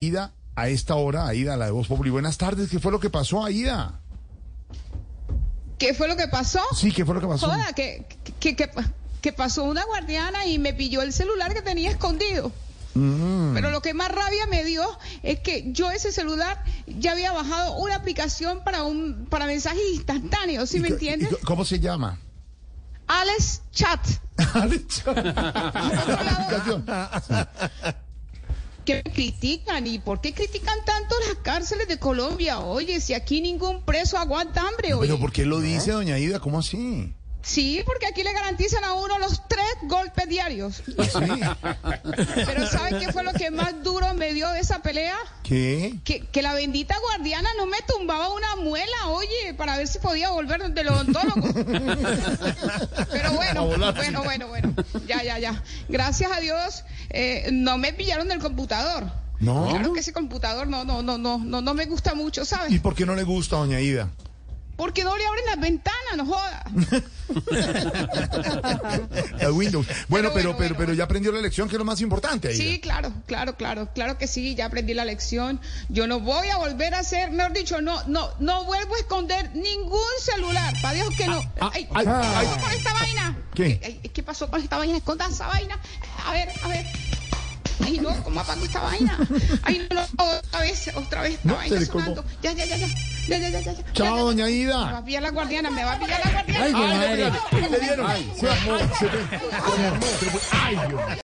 Ida a esta hora, Aida, la de Voz Populi. Buenas tardes, ¿qué fue lo que pasó, Aida? ¿Qué fue lo que pasó? Sí, ¿qué fue lo que pasó? Joda, que, que, que, que pasó una guardiana y me pilló el celular que tenía escondido. Mm. Pero lo que más rabia me dio es que yo ese celular ya había bajado una aplicación para un para mensajes instantáneos, ¿sí me ¿Y co- entiendes? y co- ¿Cómo se llama? Alex Chat, Aplicación. que me critican y por qué critican tanto las cárceles de Colombia, oye, si aquí ningún preso aguanta hambre, oye. Pero ¿por qué lo dice doña Ida? ¿Cómo así? Sí, porque aquí le garantizan a uno los tres golpes diarios. Pero ¿saben qué fue lo que más duro me dio de esa pelea? ¿Qué? que, que la bendita guardiana no me tumbaba una muela, oye, para ver si podía volver donde el odontólogo. Pero bueno, bueno, bueno, bueno, ya, ya, ya. Gracias a Dios, eh, no me pillaron del computador. No. Claro que ese computador no, no, no, no, no, no me gusta mucho, ¿Y ¿sabes? por qué no le gusta doña Ida? Porque no le abren las ventanas, no joda. A Windows. Bueno, pero, Pero bueno, pero, bueno, pero bueno. ya aprendió la lección, que es lo más importante, Aida. Sí, claro, claro, claro, claro que sí, ya aprendí la lección. Yo no voy a volver a hacer, mejor dicho, no, no, no vuelvo a esconder ningún celular. Para Dios que no. Ay, ay, ¿Qué Ah, ay. pasó con esta vaina? ¿Qué? Ay, ¿Qué pasó con esta vaina? Esconda esa vaina. A ver, a ver. Ay, no, ¿cómo apago esta vaina? Ay, no, no, otra vez, otra vez esta No, se vaina le colgó. sonando. Ya, ya, ya, ya. Ya, ya, ya, ya, ya. Ya, ya, Chao, ya. doña Me va a Ida. pillar la guardiana, me va a pillar la guardiana. Ay, le pegaron, le dieron. Se armó, se- se armó, se fue. Ay, Dios.